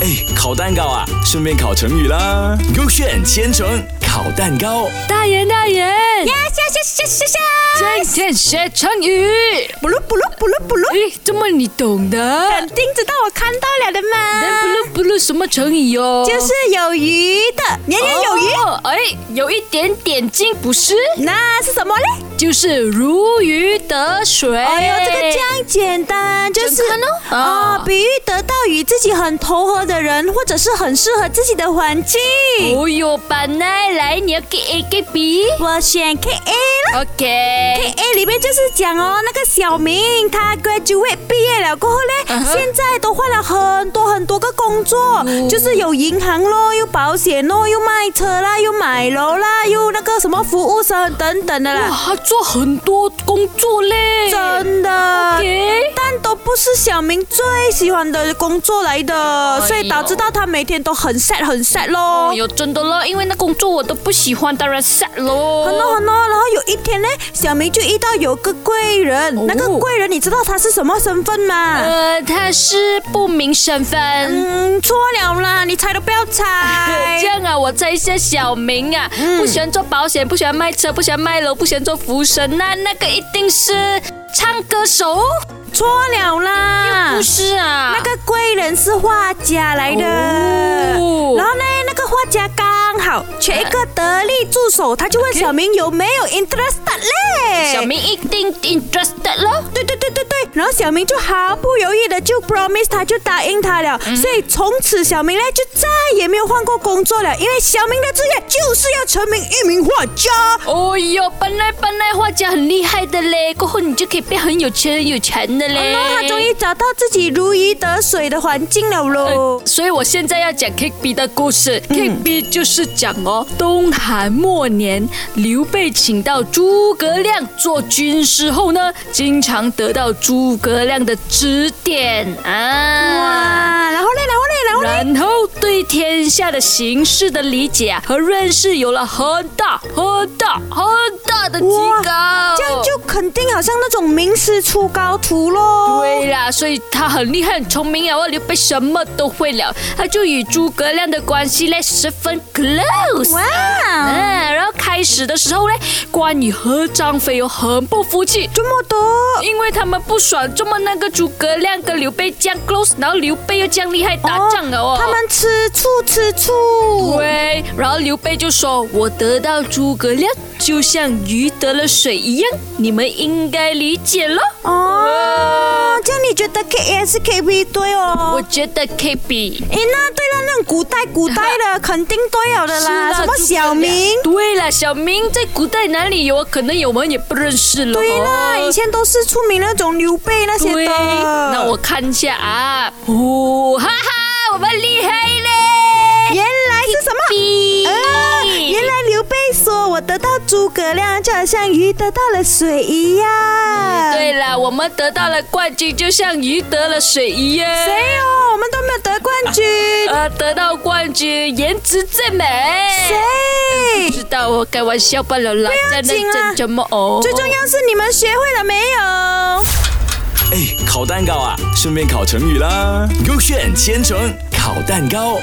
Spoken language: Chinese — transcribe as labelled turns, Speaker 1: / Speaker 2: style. Speaker 1: 哎，烤蛋糕啊，顺便烤成语啦。勾选千层烤蛋糕，
Speaker 2: 大人大人，
Speaker 3: 呀，下下下下下，
Speaker 2: 今天学成语。
Speaker 3: 不噜不噜不噜不噜，
Speaker 2: 哎，怎么你懂的？
Speaker 3: 肯定知道我看到了的
Speaker 2: 但不
Speaker 3: 嘛，
Speaker 2: 噜不噜什么成语哟、哦？
Speaker 3: 就是有余的，年年有余。
Speaker 2: 哦。哎，有一点点劲，不是？
Speaker 3: 那是什么嘞？
Speaker 2: 就是如鱼得水。
Speaker 3: 哎呦，这个这样简单，就是
Speaker 2: 看哦
Speaker 3: 啊
Speaker 2: 啊，
Speaker 3: 比喻得到与自己很投合的人，或者是很适合自己的环境。
Speaker 2: 哦哟，本来来你要给 A 给 B。
Speaker 3: 我选 K A 啦
Speaker 2: OK，
Speaker 3: ，K A 哎里面就是讲哦，那个小明他 graduate 毕业了过后
Speaker 2: 嗯
Speaker 3: 呢，
Speaker 2: 哼哦
Speaker 3: 现在都换了很多很多个工作，就是有银行咯，又保险咯，又卖车啦，又买楼啦，又那个什么服务生等等的
Speaker 2: 哇，
Speaker 3: 啦，
Speaker 2: 他做很多工作嘞。
Speaker 3: 真的。
Speaker 2: OK，
Speaker 3: 但都不是小明最喜欢的工作来的，
Speaker 2: 哎呦
Speaker 3: 所以导致到他每天都很 sad 很 sad 咯
Speaker 2: 哦。哟，真的咯，因为那工作我都不喜欢，当然 sad 咯。
Speaker 3: 很多很多，然后有一天呢，小明就遇到有个贵人，
Speaker 2: 哦
Speaker 3: 那个贵人你知道他是什么身份吗？
Speaker 2: 呃，他是不明身份。
Speaker 3: 嗯，错了啦，你猜都不要
Speaker 2: 这
Speaker 3: 猜。
Speaker 2: 样啊，我猜一下小明啊，
Speaker 3: 嗯
Speaker 2: 不喜欢做保险，不喜欢卖车，不喜欢卖楼，不喜欢做服务生，那那个一定是唱歌手，
Speaker 3: 错了啦
Speaker 2: 不，是啊？
Speaker 3: 那个贵人是画家来的，
Speaker 2: 哦
Speaker 3: 然后呢，那个画家刚好缺一个得力助手，他就问小明有没有 interest 嘞？
Speaker 2: 小明一定 interested 咯。
Speaker 3: 对对对对对，然后小明就毫不犹豫的就 promise 他，就答应他了，
Speaker 2: 嗯
Speaker 3: 所以从此小明呢就再也没有换过工作了，因为小明的志愿就是要成名一名画家。
Speaker 2: 哦哟，本来本来画家很厉害的嘞，过后你就可以变很有钱很有钱的嘞。
Speaker 3: 哦然后他终于找到自己如鱼得水的环境了喽。
Speaker 2: 所以我现在要讲 K B 的故事。K
Speaker 3: 嗯
Speaker 2: B 就是讲哦，东汉末年，刘备请到诸葛亮做军师后呢，经常得到诸葛亮的指点啊。
Speaker 3: 哇，然后嘞，然后嘞，然后嘞，
Speaker 2: 然后对天下的形势的理解啊和认识有了很大、很大、很大的提高。
Speaker 3: 这样就肯定好像那种名师出高徒喽。
Speaker 2: 对啦，所以他很厉害、很聪明啊！哇，刘备什么都会了，他就与诸葛亮的关系嘞十分 close。
Speaker 3: 哇，哦
Speaker 2: 嗯，然后开始的时候呢，关羽和张飞又很不服气，
Speaker 3: 这么多。
Speaker 2: 因为他们不爽这么那个诸葛亮跟刘备这样 close，然后刘备又这样厉害打仗了哦。
Speaker 3: 他们吃醋吃醋。哦
Speaker 2: 对，然后刘备就说：“我得到诸葛亮，就像鱼得了水一样，你们应该理解了。”
Speaker 3: 哦，这样你觉得 K S K B 对
Speaker 2: 我
Speaker 3: 哦？
Speaker 2: 觉得 K B
Speaker 3: 诶，那对了，那种古代古代 的肯定对了的啦，
Speaker 2: 是
Speaker 3: 什么
Speaker 2: 诸葛
Speaker 3: 小
Speaker 2: 亮
Speaker 3: 明。
Speaker 2: 对了，小明在古代哪里有啊？可能有，我们也不认识了。
Speaker 3: 对啦，以前都是出名那种刘备那些
Speaker 2: 哦对
Speaker 3: 的。
Speaker 2: 那我看一下啊，哦，哈哈，我们厉害嘞！
Speaker 3: 原来是什么？
Speaker 2: B，
Speaker 3: 啊，原来刘备说我得到诸葛亮，就好像鱼得到了水一样。
Speaker 2: 嗯对了，我们得到了冠军，就像鱼得了水一样。
Speaker 3: 谁哦？我们都没有得冠军。
Speaker 2: 呃，得到冠军，颜值最美。
Speaker 3: 谁？
Speaker 2: 知道我开玩笑罢了啦，
Speaker 3: 要
Speaker 2: 真的
Speaker 3: 紧啦
Speaker 2: 真怎么哦？
Speaker 3: 最重要是你们学会了没有？
Speaker 1: 哎，烤蛋糕啊，顺便烤成语啦。勾选千层烤蛋糕。